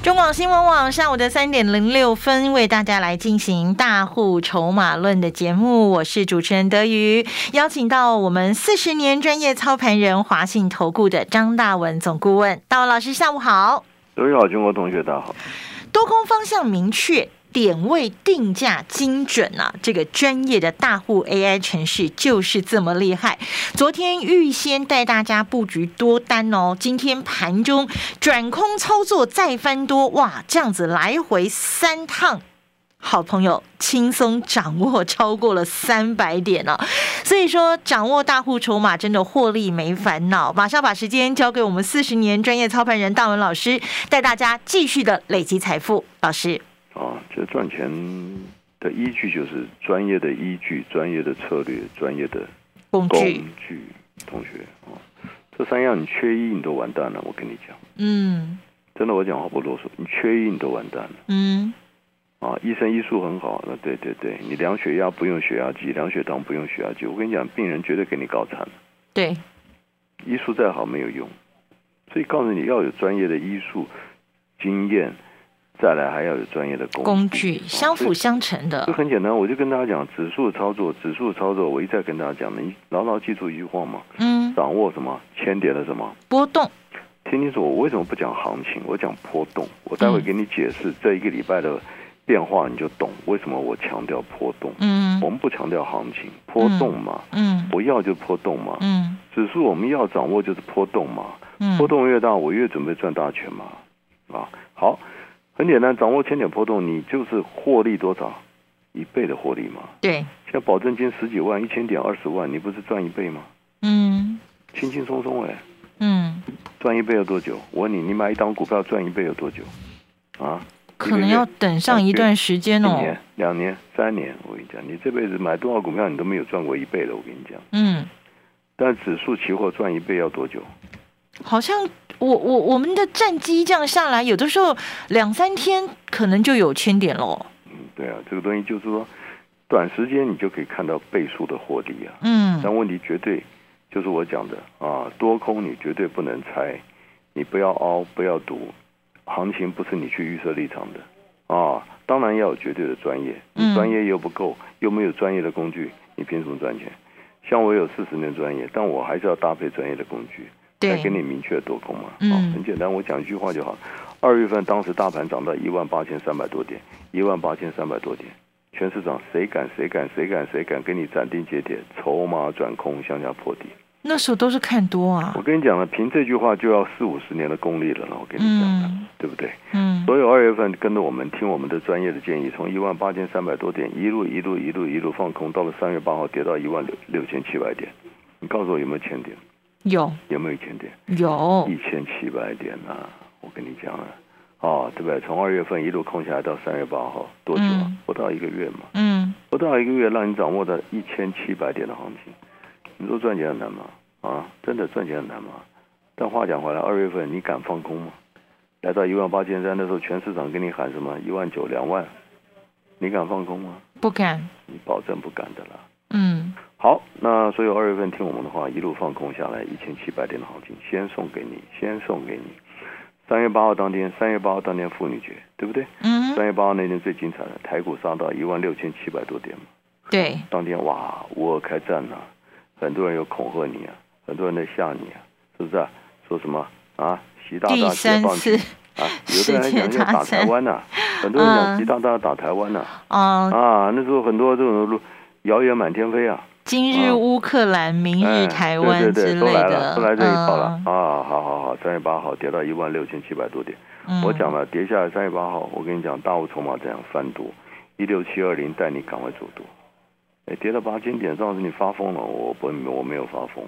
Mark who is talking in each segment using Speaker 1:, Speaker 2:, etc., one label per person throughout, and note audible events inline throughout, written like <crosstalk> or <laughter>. Speaker 1: 中广新闻网下午的三点零六分，为大家来进行大户筹码论的节目，我是主持人德瑜，邀请到我们四十年专业操盘人华信投顾的张大文总顾问，大文老师下午好。
Speaker 2: 各位好，全国同学大家好。
Speaker 1: 多空方向明确。点位定价精准啊！这个专业的大户 AI 城市就是这么厉害。昨天预先带大家布局多单哦，今天盘中转空操作再翻多，哇，这样子来回三趟。好朋友轻松掌握超过了三百点哦了、所以说掌握大户筹码真的获利没烦恼。马上把时间交给我们四十年专业操盘人大文老师，带大家继续的累积财富。老师，
Speaker 2: 啊，这赚钱的依据就是专业的依据、专业的策略、专业的
Speaker 1: 工
Speaker 2: 工
Speaker 1: 具，
Speaker 2: 具。同学啊，这三样你缺一你都完蛋了。我跟你讲，
Speaker 1: 嗯
Speaker 2: 真的，我讲话不啰嗦，你缺一你都完蛋了
Speaker 1: 嗯，
Speaker 2: 啊！医生医术很好，那对对对，你量血压不用血压计，量血糖不用血压计。我跟你讲，病人绝对给你搞惨了。
Speaker 1: 对，
Speaker 2: 医术再好没有用，所以告诉你要有专业的医术经验，再来还要有专业的工具
Speaker 1: 工具
Speaker 2: 啊
Speaker 1: 相
Speaker 2: 所以
Speaker 1: 辅相成的
Speaker 2: 这，很简单，我就跟大家讲指数操作，指数操作，我一再跟大家讲，你牢牢记住一句话嘛，
Speaker 1: 嗯，
Speaker 2: 掌握什么千点的什么。
Speaker 1: 波动，
Speaker 2: 听清楚，我为什么不讲行情，我讲波动。我待会
Speaker 1: 嗯
Speaker 2: 给你解释这一个礼拜的变化，你就懂为什么我强调波动。
Speaker 1: 嗯
Speaker 2: 我们不强调行情，波动嘛，
Speaker 1: 嗯
Speaker 2: 我要就波动嘛。
Speaker 1: 嗯
Speaker 2: 指数我们要掌握就是波动嘛，
Speaker 1: 嗯，
Speaker 2: 波动越大，我越准备赚大钱嘛。啊，好，很简单，掌握千点波动，你就是获利多少，一倍的获利嘛。
Speaker 1: 对，
Speaker 2: 现在保证金十几万、一千点、二十万，你不是赚一倍吗？
Speaker 1: 嗯
Speaker 2: 轻轻松松哎，
Speaker 1: 嗯，
Speaker 2: 赚一倍要多久？我问你，你买一档股票赚一倍要多久？啊？
Speaker 1: 可能要
Speaker 2: 一
Speaker 1: 等上一段时间
Speaker 2: 个月一
Speaker 1: 哦
Speaker 2: 年，、两年、三年。我跟你讲，你这辈子买多少股票，你都没有赚过一倍的。我跟你讲，
Speaker 1: 嗯。
Speaker 2: 但指数期货赚一倍要多久？
Speaker 1: 好像我我我们的战绩这样下来，有的时候两三天可能就有千点哦喽。
Speaker 2: 嗯，对啊，这个东西就是说，短时间你就可以看到倍数的获利啊。
Speaker 1: 嗯
Speaker 2: 但问题绝对就是我讲的啊，多空你绝对不能猜，你不要凹，不要赌，行情不是你去预设立场的啊。当然要有绝对的专业，
Speaker 1: 嗯
Speaker 2: 你专业又不够，又没有专业的工具，你凭什么赚钱？像我有四十年专业，但我还是要搭配专业的工具，
Speaker 1: 对
Speaker 2: 来给你明确的多空嘛。
Speaker 1: 嗯
Speaker 2: 啊，很简单，我讲一句话就好。二月份当时大盘涨到一万八千三百多点，一万八千三百多点，全市场谁敢谁敢谁敢谁敢跟你斩钉截铁，筹码转空向下破底。
Speaker 1: 那时候都是看多啊
Speaker 2: 我。跟你讲了，凭这句话就要四五十年的功力了了。我跟你讲的，
Speaker 1: 嗯
Speaker 2: 对不对？
Speaker 1: 嗯
Speaker 2: 所有二月份跟着我们听我们的专业的建议，从一万八千三百多点一路一路一路一路放空，到了三月八号跌到一万六六千七百点。你告诉我有没有千点？
Speaker 1: 有
Speaker 2: 有没有千点？
Speaker 1: 有
Speaker 2: 一千七百点啊！我跟你讲了、哦，对不对？从二月份一路空下来到三月八号，多久啊
Speaker 1: 嗯？
Speaker 2: 不到一个月嘛，
Speaker 1: 嗯
Speaker 2: 不到一个月让你掌握到一千七百点的行情，你说赚钱很难吗？啊，真的赚钱很难吗？但话讲回来，二月份你敢放空吗？来到一万八千三的时候，全市场跟你喊什么一万九、两万，你敢放空吗？
Speaker 1: 不敢
Speaker 2: 你保证不敢的啦。
Speaker 1: 嗯
Speaker 2: 好，那所有二月份听我们的话，一路放空下来一千七百点的行情，先送给你，先送给你。三月八号当天，三月八号当天妇女节，对不对？
Speaker 1: 嗯
Speaker 2: 三月八号那天最精彩了，台股杀到一万六千七百多点嘛，
Speaker 1: 对
Speaker 2: 当天哇，乌尔开战了、啊很多人有恐吓你啊，很多人在吓你啊，是不是、啊？说什么啊？习大
Speaker 1: 第
Speaker 2: 大解
Speaker 1: 三
Speaker 2: 放军
Speaker 1: 次 <laughs>
Speaker 2: 啊，有的人还讲要打台湾呐、很多人
Speaker 1: 嗯
Speaker 2: 讲习大大打台湾呐、
Speaker 1: 啊、
Speaker 2: 啊，那时候很多这种谣言满天飞啊。
Speaker 1: 今日乌克兰，明
Speaker 2: 哎，
Speaker 1: 日台湾之
Speaker 2: 对对对，都
Speaker 1: 类
Speaker 2: 来了，
Speaker 1: 的，
Speaker 2: 都来这一套
Speaker 1: 嗯
Speaker 2: 了、啊！好好好，三月八号跌到一万六千七百多点，
Speaker 1: 嗯
Speaker 2: 我讲了，跌下来三月八号，我跟你讲，大户筹码怎样翻多，一六七二零带你赶快做多，哎，跌到八千点，上次你发疯了，我不我没有发疯，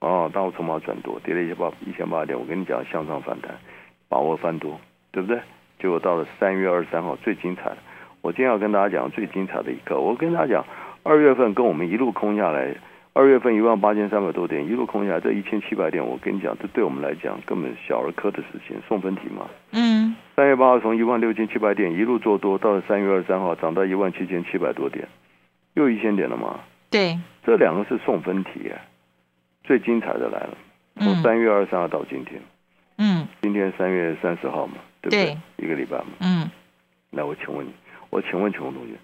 Speaker 2: 哦，大户筹码转多，跌了一千八一千八点，我跟你讲向上反弹，把握翻多，对不对？结果到了三月二十三号最精彩的，我今天要跟大家讲最精彩的一刻，我跟大家讲，二月份跟我们一路空下来，二月份一万八千三百多点，一路空下来，这一千七百点，我跟你讲，这对我们来讲根本小儿科的事情，送分题嘛。
Speaker 1: 嗯
Speaker 2: 三月八号从一万六千七百点一路做多，到了三月二十三号涨到一万七千七百多点，又一千点了嘛。
Speaker 1: 对，
Speaker 2: 这两个是送分题耶，最精彩的来了，从
Speaker 1: 嗯
Speaker 2: 三月二十三号到今天，
Speaker 1: 嗯
Speaker 2: 今天三月三十号嘛，对不对？一个礼拜嘛。
Speaker 1: 嗯
Speaker 2: 来，我请问你，我请问请问同学，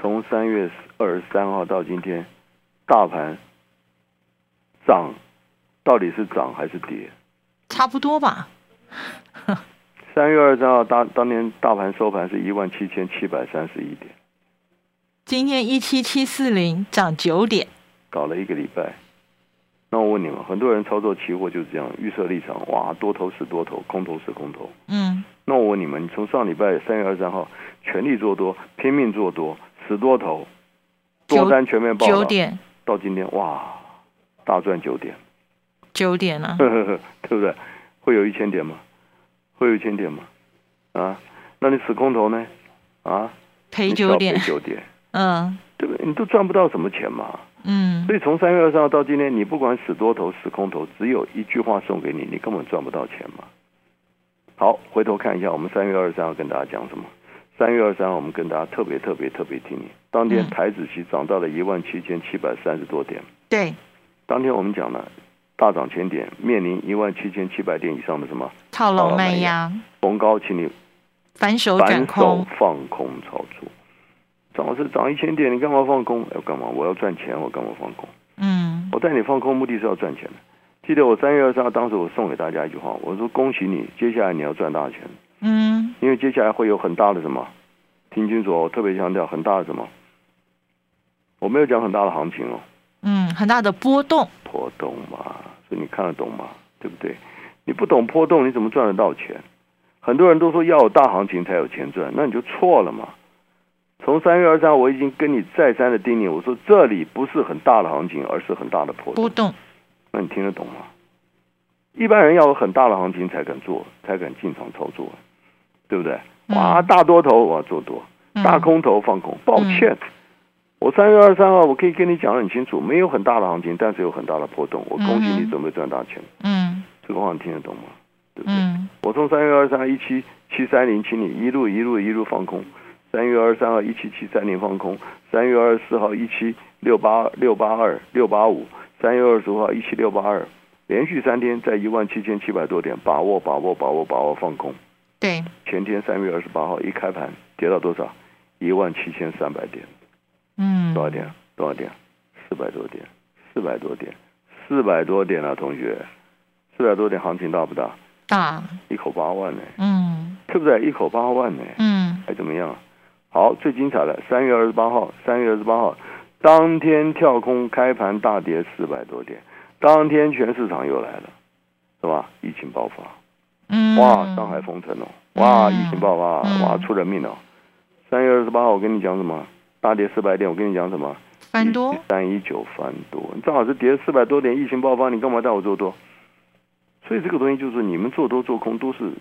Speaker 2: 从三月二十三号到今天，大盘涨到底是涨还是跌？
Speaker 1: 差不多吧。
Speaker 2: 三月二十三号当当年大盘收盘是一万七千七百三十一点，
Speaker 1: 今天一七七四零涨九点，
Speaker 2: 搞了一个礼拜。那我问你们，很多人操作期货就是这样，预设立场，哇，多头是多头，空头是空头。
Speaker 1: 嗯
Speaker 2: 那我问你们，你从上礼拜三月二十三号全力做多，拼命做多，死多头，
Speaker 1: 九
Speaker 2: 多单全面爆了
Speaker 1: 九点
Speaker 2: 到今天哇，大赚九点，
Speaker 1: 九点啊了、
Speaker 2: 呵呵呵， <laughs> 对不对？会有一千点吗？会有一千点吗？啊，那你死空头呢？啊，
Speaker 1: 赔
Speaker 2: 你只
Speaker 1: 九
Speaker 2: 要
Speaker 1: 点
Speaker 2: 赔，九点，
Speaker 1: 嗯
Speaker 2: 对不对？你都赚不到什么钱嘛。
Speaker 1: 嗯
Speaker 2: 所以从三月二十三号到今天，你不管死多头死空头，只有一句话送给你，你根本赚不到钱嘛。好，回头看一下我们三月二十三号跟大家讲什么。三月二十三号我们跟大家特别特别特别提你，当天
Speaker 1: 嗯
Speaker 2: 台子期涨到了一万七千七百三十多点，
Speaker 1: 对，
Speaker 2: 当天我们讲了大涨前点面临一万七千七百点以上的什么
Speaker 1: 套
Speaker 2: 好
Speaker 1: 牢
Speaker 2: 了
Speaker 1: 卖
Speaker 2: 没有
Speaker 1: 压，
Speaker 2: 逢高，请你
Speaker 1: 反手转
Speaker 2: 反手
Speaker 1: 空，
Speaker 2: 放空操作。涨是涨一千点，你干嘛放空？要干嘛？我要赚钱，我干嘛放空？
Speaker 1: 嗯
Speaker 2: 我带你放空目的是要赚钱的。记得我三月二十号当时我送给大家一句话，我说恭喜你，接下来你要赚大钱，
Speaker 1: 嗯
Speaker 2: 因为接下来会有很大的什么，听清楚哦，我特别强调很大的什么，我没有讲很大的行情哦，
Speaker 1: 嗯，很大的波动，
Speaker 2: 波动嘛，所以你看得懂吗？对不对？你不懂波动，你怎么赚得到钱？很多人都说要有大行情才有钱赚，那你就错了嘛。从三月二十三，我已经跟你再三的叮咛，我说这里不是很大的行情，而是很大的波动
Speaker 1: 波。动，
Speaker 2: 那你听得懂吗？一般人要有很大的行情才敢做，才敢进场操作，对不对？
Speaker 1: 嗯
Speaker 2: 哇，大多头我要做多，
Speaker 1: 嗯
Speaker 2: 大空头放空。抱歉，我三月二十三号我可以跟你讲得很清楚，没有很大的行情，但是有很大的波动。我恭喜
Speaker 1: 嗯
Speaker 2: 你
Speaker 1: 哼
Speaker 2: 准备赚大钱，
Speaker 1: 嗯
Speaker 2: 这个话你听得懂吗？对不对？
Speaker 1: 嗯
Speaker 2: 我从三月二十三一七七三零，请你一路一路一路放空。三月二十三号一七七三零放空，三月二十四号一七六八六八二六八五，三月二十五号一七六八二，连续三天在一万七千七百多点，把握把握把握把握放空。
Speaker 1: 对，
Speaker 2: 前天三月二十八号一开盘跌到多少？一万七千三百点，
Speaker 1: 嗯
Speaker 2: 多少点？多少点？四百多点，四百多点，四百多点啊，同学，四百多点行情大不大？
Speaker 1: 大，
Speaker 2: 一口八万呢、
Speaker 1: 嗯
Speaker 2: 对不对？一口八万呢、
Speaker 1: 嗯
Speaker 2: 还怎么样？好，最精彩了，三月二十八号，三月二十八号，当天跳空开盘大跌四百多点，当天全市场又来了，是吧？疫情爆发，
Speaker 1: 嗯，
Speaker 2: 哇，上海封城哦，哇，
Speaker 1: 嗯
Speaker 2: 疫情爆发，
Speaker 1: 嗯
Speaker 2: 哇，出人命哦。三月二十八号，我跟你讲什么？大跌四百点，我跟你讲什么？
Speaker 1: 翻多，
Speaker 2: 三一九翻多，你正好是跌四百多点，疫情爆发，你干嘛带我做多？所以这个东西就是你们做多做空都是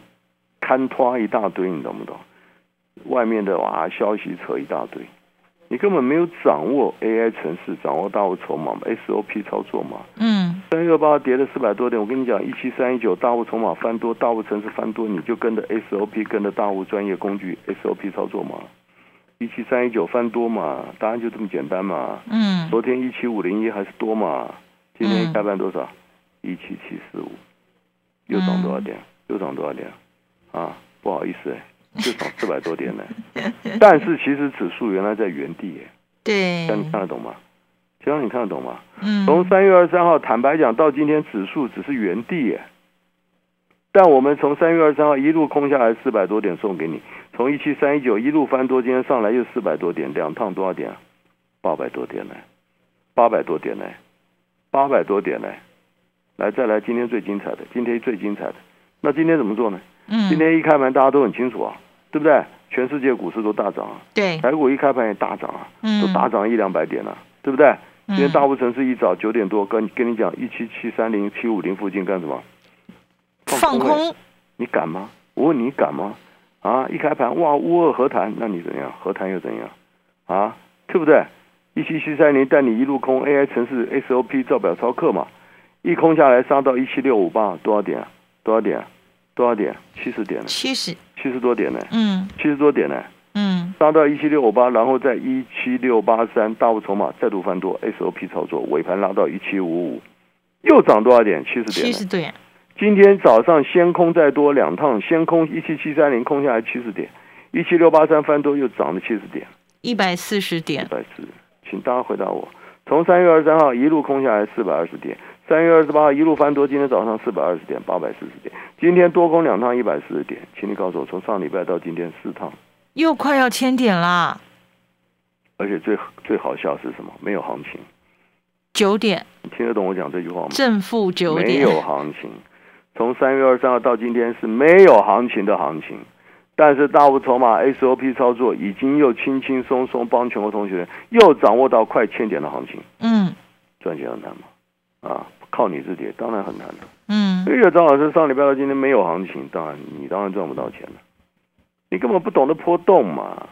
Speaker 2: 看拖一大堆，你懂不懂？外面的哇消息扯一大堆，你根本没有掌握 AI 城市，掌握大户筹码嘛，SOP 操作嘛。
Speaker 1: 嗯
Speaker 2: 三月八号跌了四百多点，我跟你讲，一七三一九大户筹码翻多，大户城市翻多，你就跟着 SOP，跟着大户专业工具 SOP 操作嘛。一七三一九翻多嘛，答案就这么简单嘛。
Speaker 1: 嗯
Speaker 2: 昨天一七五零一还是多嘛？今天一开盘多少？一七七四五，又涨多少点？又涨多少点？啊，不好意思哎，又涨四百多点呢。但是其实指数原来在原地哎，
Speaker 1: 对
Speaker 2: 这，样你看得懂吗？这样你看得懂吗？
Speaker 1: 嗯
Speaker 2: 从三月二十三号，坦白讲，到今天指数只是原地耶。但我们从三月二十三号一路空下来四百多点送给你，从一七三一九一路翻多，今天上来又四百多点，两趟多少点啊？八百多点呢？八百多点呢？八百多点呢？来，再来，今天最精彩的，今天最精彩的。那今天怎么做呢？
Speaker 1: 嗯
Speaker 2: 今天一开盘大家都很清楚啊，对不对？全世界股市都大涨啊，
Speaker 1: 对，
Speaker 2: 台股一开盘也大涨啊，都
Speaker 1: 嗯
Speaker 2: 大涨一两百点了、对不对？
Speaker 1: 嗯
Speaker 2: 今天大户城市一早九点多跟跟你讲一七七三零七五零附近干什么？
Speaker 1: 放
Speaker 2: 欸，
Speaker 1: 空，
Speaker 2: 你敢吗？我问你敢吗？啊！一开盘哇，乌俄和谈，那你怎样？和谈又怎样？啊，对不对？一七七三零带你一路空 AI 城市 SOP 照表操课嘛，一空下来杀到一七六五八，多少点啊？多少点啊？多少点啊？七十点呢？
Speaker 1: 七十，
Speaker 2: 七十多点呢？
Speaker 1: 嗯
Speaker 2: 七十多点呢？
Speaker 1: 嗯
Speaker 2: 杀到一七六五八，然后在一七六八三大户筹码再度翻多 SOP 操作，尾盘拉到一七五五，又涨多少点？七十点
Speaker 1: 七
Speaker 2: 呢。
Speaker 1: 十对，
Speaker 2: 今天早上先空再多两趟，先空一七七三零空下来七十点，一七六八三翻多又涨了七十点，
Speaker 1: 一百四十点
Speaker 2: 一，百四。请大家回答我，从三月二十三号一路空下来四百二十点，三月二十八号一路翻多，今天早上四百二十点，八百四十点，今天多空两趟一百四十点，请你告诉我，从上礼拜到今天四趟，
Speaker 1: 又快要千点啦，
Speaker 2: 而且最最好笑是什么？没有行情，
Speaker 1: 九点
Speaker 2: 你听得懂我讲这句话吗？
Speaker 1: 正负九
Speaker 2: 没
Speaker 1: 点，
Speaker 2: 有啊行情，从三月二十三号到今天是没有行情的行情。但是大户筹码 SOP 操作已经又轻轻松松帮全国同学又掌握到快千点的行情，
Speaker 1: 嗯
Speaker 2: 赚钱很难吗？啊，靠你自己当然很难了。
Speaker 1: 嗯
Speaker 2: 而且哎张老师上礼拜到今天没有行情，当然你当然赚不到钱了，你根本不懂得波动嘛。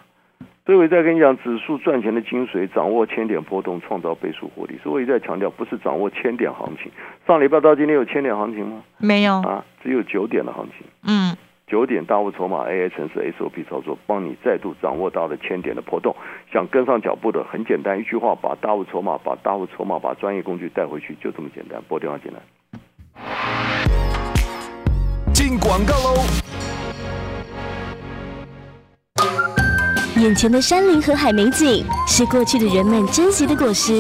Speaker 2: 所以我在跟你讲，指数赚钱的精髓，掌握千点波动，创造倍数获利。所以我一再强调，不是掌握千点行情。上礼拜到今天有千点行情吗？
Speaker 1: 没有，
Speaker 2: 啊，只有九点的行情，
Speaker 1: 嗯
Speaker 2: 九点大户筹码 AI 城市 SOP 操作，帮你再度掌握到了千点的波动。想跟上脚步的，很简单，一句话，把大户筹码，把大户筹码，把专业工具带回去，就这么简单，拨电话进来。
Speaker 3: 进广告喽。
Speaker 4: 眼前的山林和海美景是过去的人们珍惜的果实，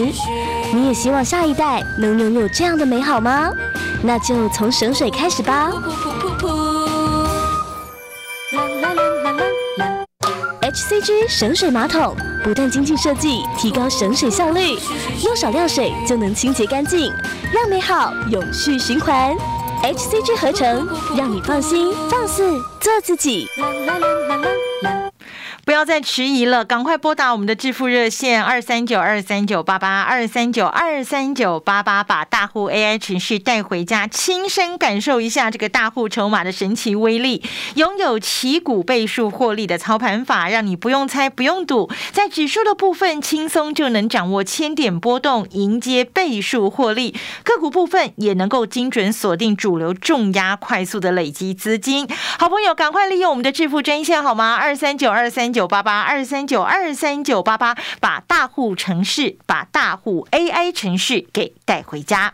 Speaker 4: 你也希望下一代能拥有这样的美好吗？那就从省水开始吧。HCG 省水马桶不但精进设计，提高省水效率，用少量水就能清洁干净，让美好永续循环。HCG 合成，让你放心放肆做自己。
Speaker 1: 不要再迟疑了，赶快拨打我们的致富热线二三九二三九八八二三九二三九八八，把大户 AI 城市带回家，亲身感受一下这个大户筹码的神奇威力。拥有旗股倍数获利的操盘法，让你不用猜，不用赌，在指数的部分轻松就能掌握千点波动，迎接倍数获利；个股部分也能够精准锁定主流重压，快速的累积资金。好朋友，赶快利用我们的致富专线好吗？二三九二三九八八，二三九二三九八八，把大户城市，把大户 AI 城市给带回家。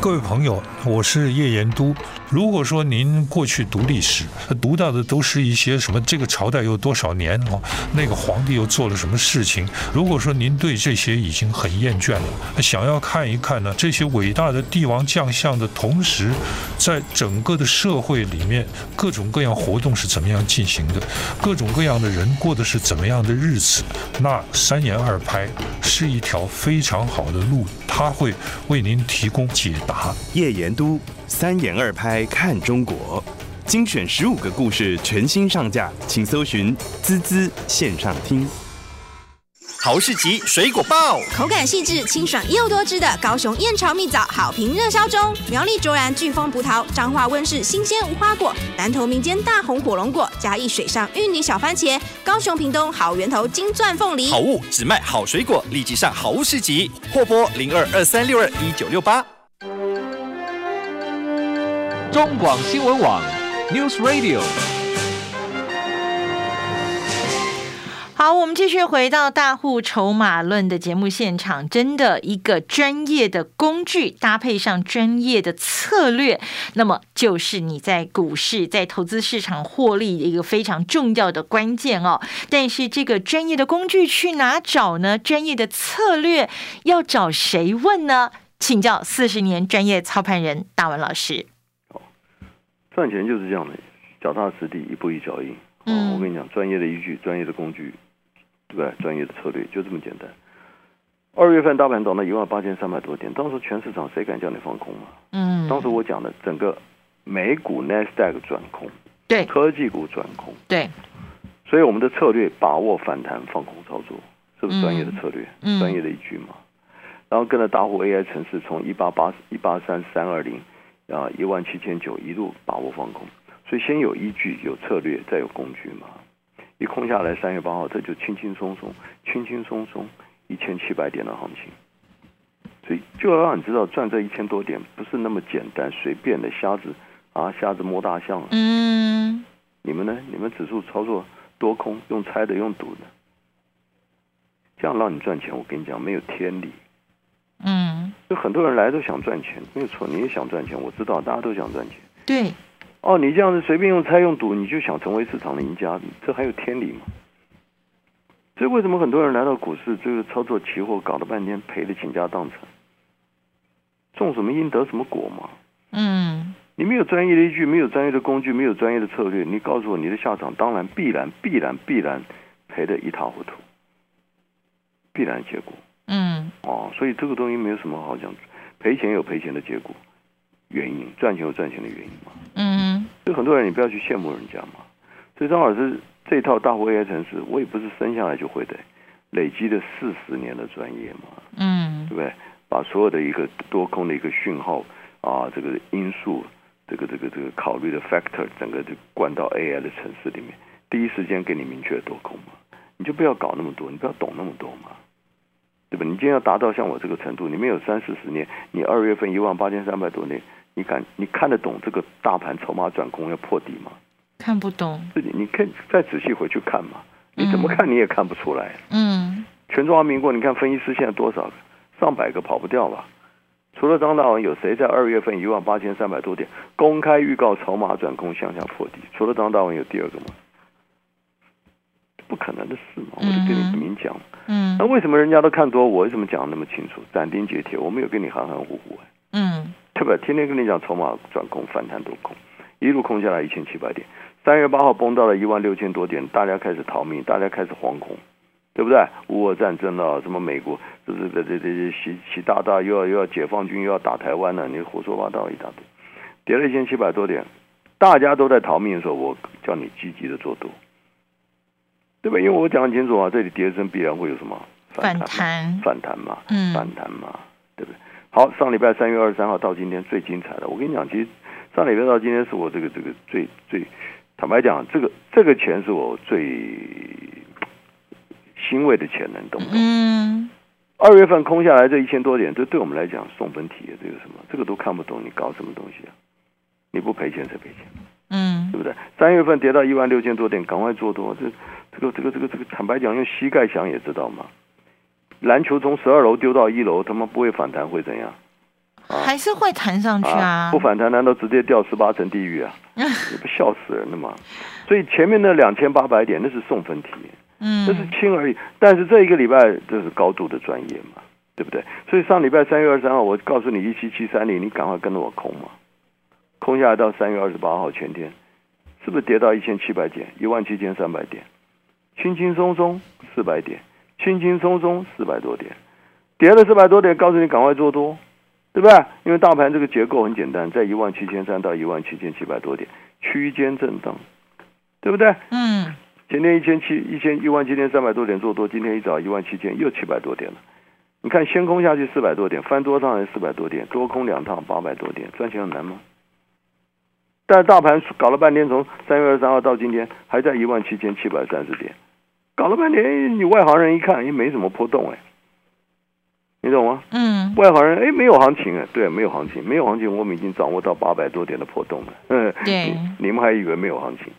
Speaker 5: 各位朋友，我是叶延都。如果说您过去读历史，呃读到的都是一些什么这个朝代有多少年哦，那个皇帝又做了什么事情，如果说您对这些已经很厌倦了，想要看一看呢这些伟大的帝王将相的同时，在整个的社会里面，各种各样活动是怎么样进行的，各种各样的人过的是怎么样的日子，那三言二拍是一条非常好的路，它会为您提供解答。
Speaker 3: 叶岩都三言二拍看中国，精选十五个故事全新上架，请搜寻“滋滋线上听”。
Speaker 6: 豪士奇水果报，
Speaker 7: 口感细致、清爽又多汁的高雄燕巢蜜枣好评热销中，苗栗卓然巨峰葡萄、彰化温室新鲜无花果、南投民间大红火龙果、嘉义水上芋泥小番茄、高雄屏东好源头金钻凤梨
Speaker 6: 好。物只卖好水果，立即上豪士奇，或拨零二二三六二一九六八。
Speaker 8: 中广新闻网，News Radio。
Speaker 1: 好，我们继续回到大户筹码论的节目现场。真的，一个专业的工具搭配上专业的策略，那么就是你在股市、在投资市场获利的一个非常重要的关键哦。但是，这个专业的工具去哪找呢？专业的策略要找谁问呢？请教四十年专业操盘人大文老师。
Speaker 2: 赚钱就是这样的，脚踏实地，一步一脚印。哦
Speaker 1: 嗯
Speaker 2: 我跟你讲，专业的依据，专业的工具，对不对？专业的策略，就这么简单。二月份大盘涨到一万八千三百多点，当时全市场谁敢叫你放空嘛？
Speaker 1: 嗯，
Speaker 2: 当时我讲的整个美股 n a s d a q 转空，
Speaker 1: 对
Speaker 2: 科技股转空，
Speaker 1: 对，
Speaker 2: 所以我们的策略把握反弹放空操作，是不是专业的策略？
Speaker 1: 嗯嗯
Speaker 2: 专业的依据嘛。然后跟着大户 AI 城市从一八八一八三三二零啊一万七千九一路把握放空，所以先有依据、有策略，再有工具嘛。一空下来，三月八号这就轻轻松松、轻轻松松一千七百点的行情。所以就要让你知道，赚这一千多点不是那么简单、随便的瞎子啊，瞎子摸大象啊。
Speaker 1: 嗯
Speaker 2: 你们呢？你们指数操作多空用猜的用赌的，这样让你赚钱，我跟你讲没有天理。
Speaker 1: 嗯，
Speaker 2: 就很多人来都想赚钱，没有错，你也想赚钱，我知道大家都想赚钱。
Speaker 1: 对，
Speaker 2: 哦，你这样子随便用猜用赌，你就想成为市场的赢家，这还有天理吗？所以为什么很多人来到股市，就是操作期货搞了半天赔的倾家荡产，种什么因得什么果嘛？
Speaker 1: 嗯
Speaker 2: 你没有专业的依据，没有专业的工具，没有专业的策略，你告诉我你的下场，当然必然必然必然赔得一塌糊涂，必然结果
Speaker 1: 嗯
Speaker 2: 哦。所以这个东西没有什么好讲，赔钱有赔钱的结果原因，赚钱有赚钱的原因嘛。
Speaker 1: 嗯
Speaker 2: 所以很多人你不要去羡慕人家嘛。所以张老师这套大户 AI 城市，我也不是生下来就会的，累积了四十年的专业嘛。
Speaker 1: 嗯
Speaker 2: 对不对？把所有的一个多空的一个讯号啊，这个因素，这个这个这个考虑的 factor，整个就灌到 AI 的城市里面，第一时间给你明确多空嘛，你就不要搞那么多，你不要懂那么多嘛，对吧？你今天要达到像我这个程度，你没有三四十年，你二月份一万八千三百多点，你敢你看得懂这个大盘筹码转空要破底吗？
Speaker 1: 看不懂，
Speaker 2: 自己你可以再仔细回去看嘛，你怎么
Speaker 1: 嗯
Speaker 2: 看你也看不出来。
Speaker 1: 嗯
Speaker 2: 全中华民国，你看分析师现在多少个？上百个跑不掉吧？除了张大文，有谁在二月份一万八千三百多点公开预告筹码转空向下破底？除了张大文，有第二个吗？不可能的事嘛！我就跟
Speaker 1: 嗯
Speaker 2: 你
Speaker 1: 哼
Speaker 2: 明讲，
Speaker 1: 嗯
Speaker 2: 那为什么人家都看多，我为什么讲得那么清楚，斩钉截铁？我没有跟你含含糊糊、哎
Speaker 1: 嗯
Speaker 2: 对吧？天天跟你讲筹码转空反弹多空，一路空下来一千七百点，三月八号崩到了一万六千多点，大家开始逃命，大家开始惶恐，对不对？乌俄战争了，什么美国这这这这这习习大大又要又要解放军又要打台湾了，你胡说八道一大堆，跌了一千七百多点，大家都在逃命的时候，我叫你积极的做多，对吧？因为我讲很清楚啊，这里跌升必然会有什么
Speaker 1: 反
Speaker 2: 嘛
Speaker 1: 弹，
Speaker 2: 反弹嘛，
Speaker 1: 嗯
Speaker 2: 反弹嘛，对不对？好，上礼拜三月二十三号到今天最精彩的，我跟你讲，其实上礼拜到今天是我这个这个最最，坦白讲，这个这个钱是我最欣慰的钱呢，你懂不懂？
Speaker 1: 嗯
Speaker 2: 二月份空下来这一千多点，这对我们来讲送分题，这个什么，这个都看不懂，你搞什么东西啊？你不赔钱谁赔钱？
Speaker 1: 嗯
Speaker 2: 对不对？三月份跌到一万六千多点，赶快做多。这、这个、这个、这个、这个，坦白讲，用膝盖想也知道嘛。篮球从十二楼丢到一楼，他妈不会反弹会怎样
Speaker 1: 还是会弹上去啊，
Speaker 2: 不反弹难道直接掉十八层地
Speaker 1: <laughs>
Speaker 2: 狱啊？你不笑死人了吗？所以前面那两千八百点那是送分题，那是
Speaker 1: 嗯
Speaker 2: 轻而已。但是这一个礼拜这是高度的专业嘛，对不对？所以上礼拜三月二十三号，我告诉你一七七三零，你赶快跟着我空嘛，空下来到三月二十八号前天，是不是跌到一千七百点，一万七千三百点，轻轻松松四百点，轻轻松松四百多点，跌了四百多点，告诉你赶快做多。对不对？因为大盘这个结构很简单，在一万七千三到一万七千七百多点区间震荡，对不对？
Speaker 1: 嗯
Speaker 2: 前天一千七一千一万七千三百多点做多，今天一早一万七千又七百多点了。你看，先空下去四百多点，翻多上来四百多点，多空两趟八百多点，赚钱很难吗？但是大盘搞了半天，从三月二十三号到今天还在一万七千七百三十点，搞了半天，你外行人一看也没什么波动哎，你懂吗？
Speaker 1: 嗯
Speaker 2: 外行人哎，没有行情啊，对，没有行情，没有行情，我们已经掌握到八百多点的破洞了。嗯，
Speaker 1: 对
Speaker 2: 你，你们还以为没有行情？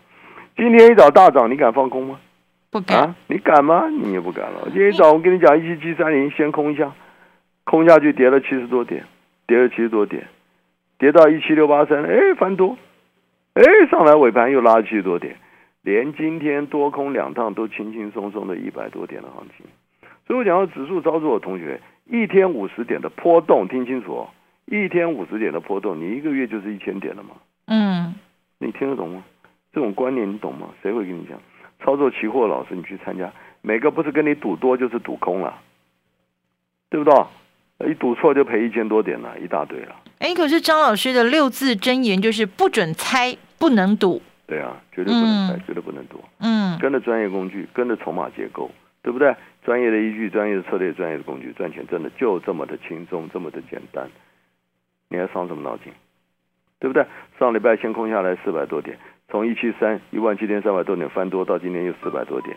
Speaker 2: 今天一早大涨，你敢放空吗？
Speaker 1: 不敢
Speaker 2: 啊，你敢吗？你也不敢了。今天一早我跟你讲，一七七三零先空一下，空下去跌了七十多点，跌了七十多点，跌到一七六八三，哎，翻多，哎，上来尾盘又拉七十多点，连今天多空两趟都轻轻松松的一百多点的行情。所以我讲到指数操作，同学一天五十点的波动，听清楚哦，一天五十点的波动，你一个月就是一千点了嘛。
Speaker 1: 嗯
Speaker 2: 你听得懂吗？这种观念你懂吗？谁会跟你讲？操作期货老师，你去参加，每个不是跟你赌多就是赌空了，对不对？一赌错就赔一千多点了，一大堆了。
Speaker 9: 哎，可是张老师的六字真言就是不准猜，不能赌。
Speaker 2: 对啊，绝对不能猜，
Speaker 9: 嗯
Speaker 2: 绝对不能赌。
Speaker 9: 嗯
Speaker 2: 跟着专业工具，跟着筹码结构，对不对？专业的依据、专业的策略、专业的工具，赚钱真的就这么的轻松，这么的简单。你还伤什么脑筋？对不对？上礼拜先空下来四百多点，从一七三一万七千三百多点翻多，到今天又四百多点，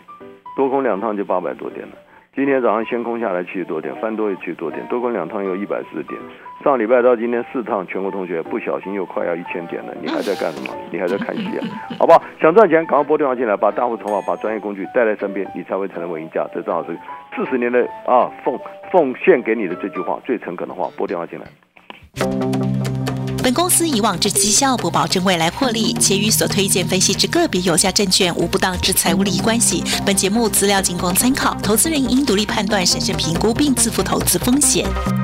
Speaker 2: 多空两趟就八百多点了。今天早上先空下来七十多点，翻多也七十多点，多空两趟又一百四十点。上礼拜到今天四趟，全国同学不小心又快要一千点了，你还在干什么？你还在看戏啊？ <laughs> 好不好？想赚钱，赶快拨电话进来，把大户筹码、把专业工具带在身边，你才会成为赢家。这正好是四十年的啊奉奉献给你的这句话，最诚恳的话，拨电话进来。
Speaker 1: 本公司以往之绩效不保证未来获利，且与所推荐分析之个别有价证券无不当之财务利益关系。本节目资料仅供参考，投资人应独立判断、审慎评估并自负投资风险。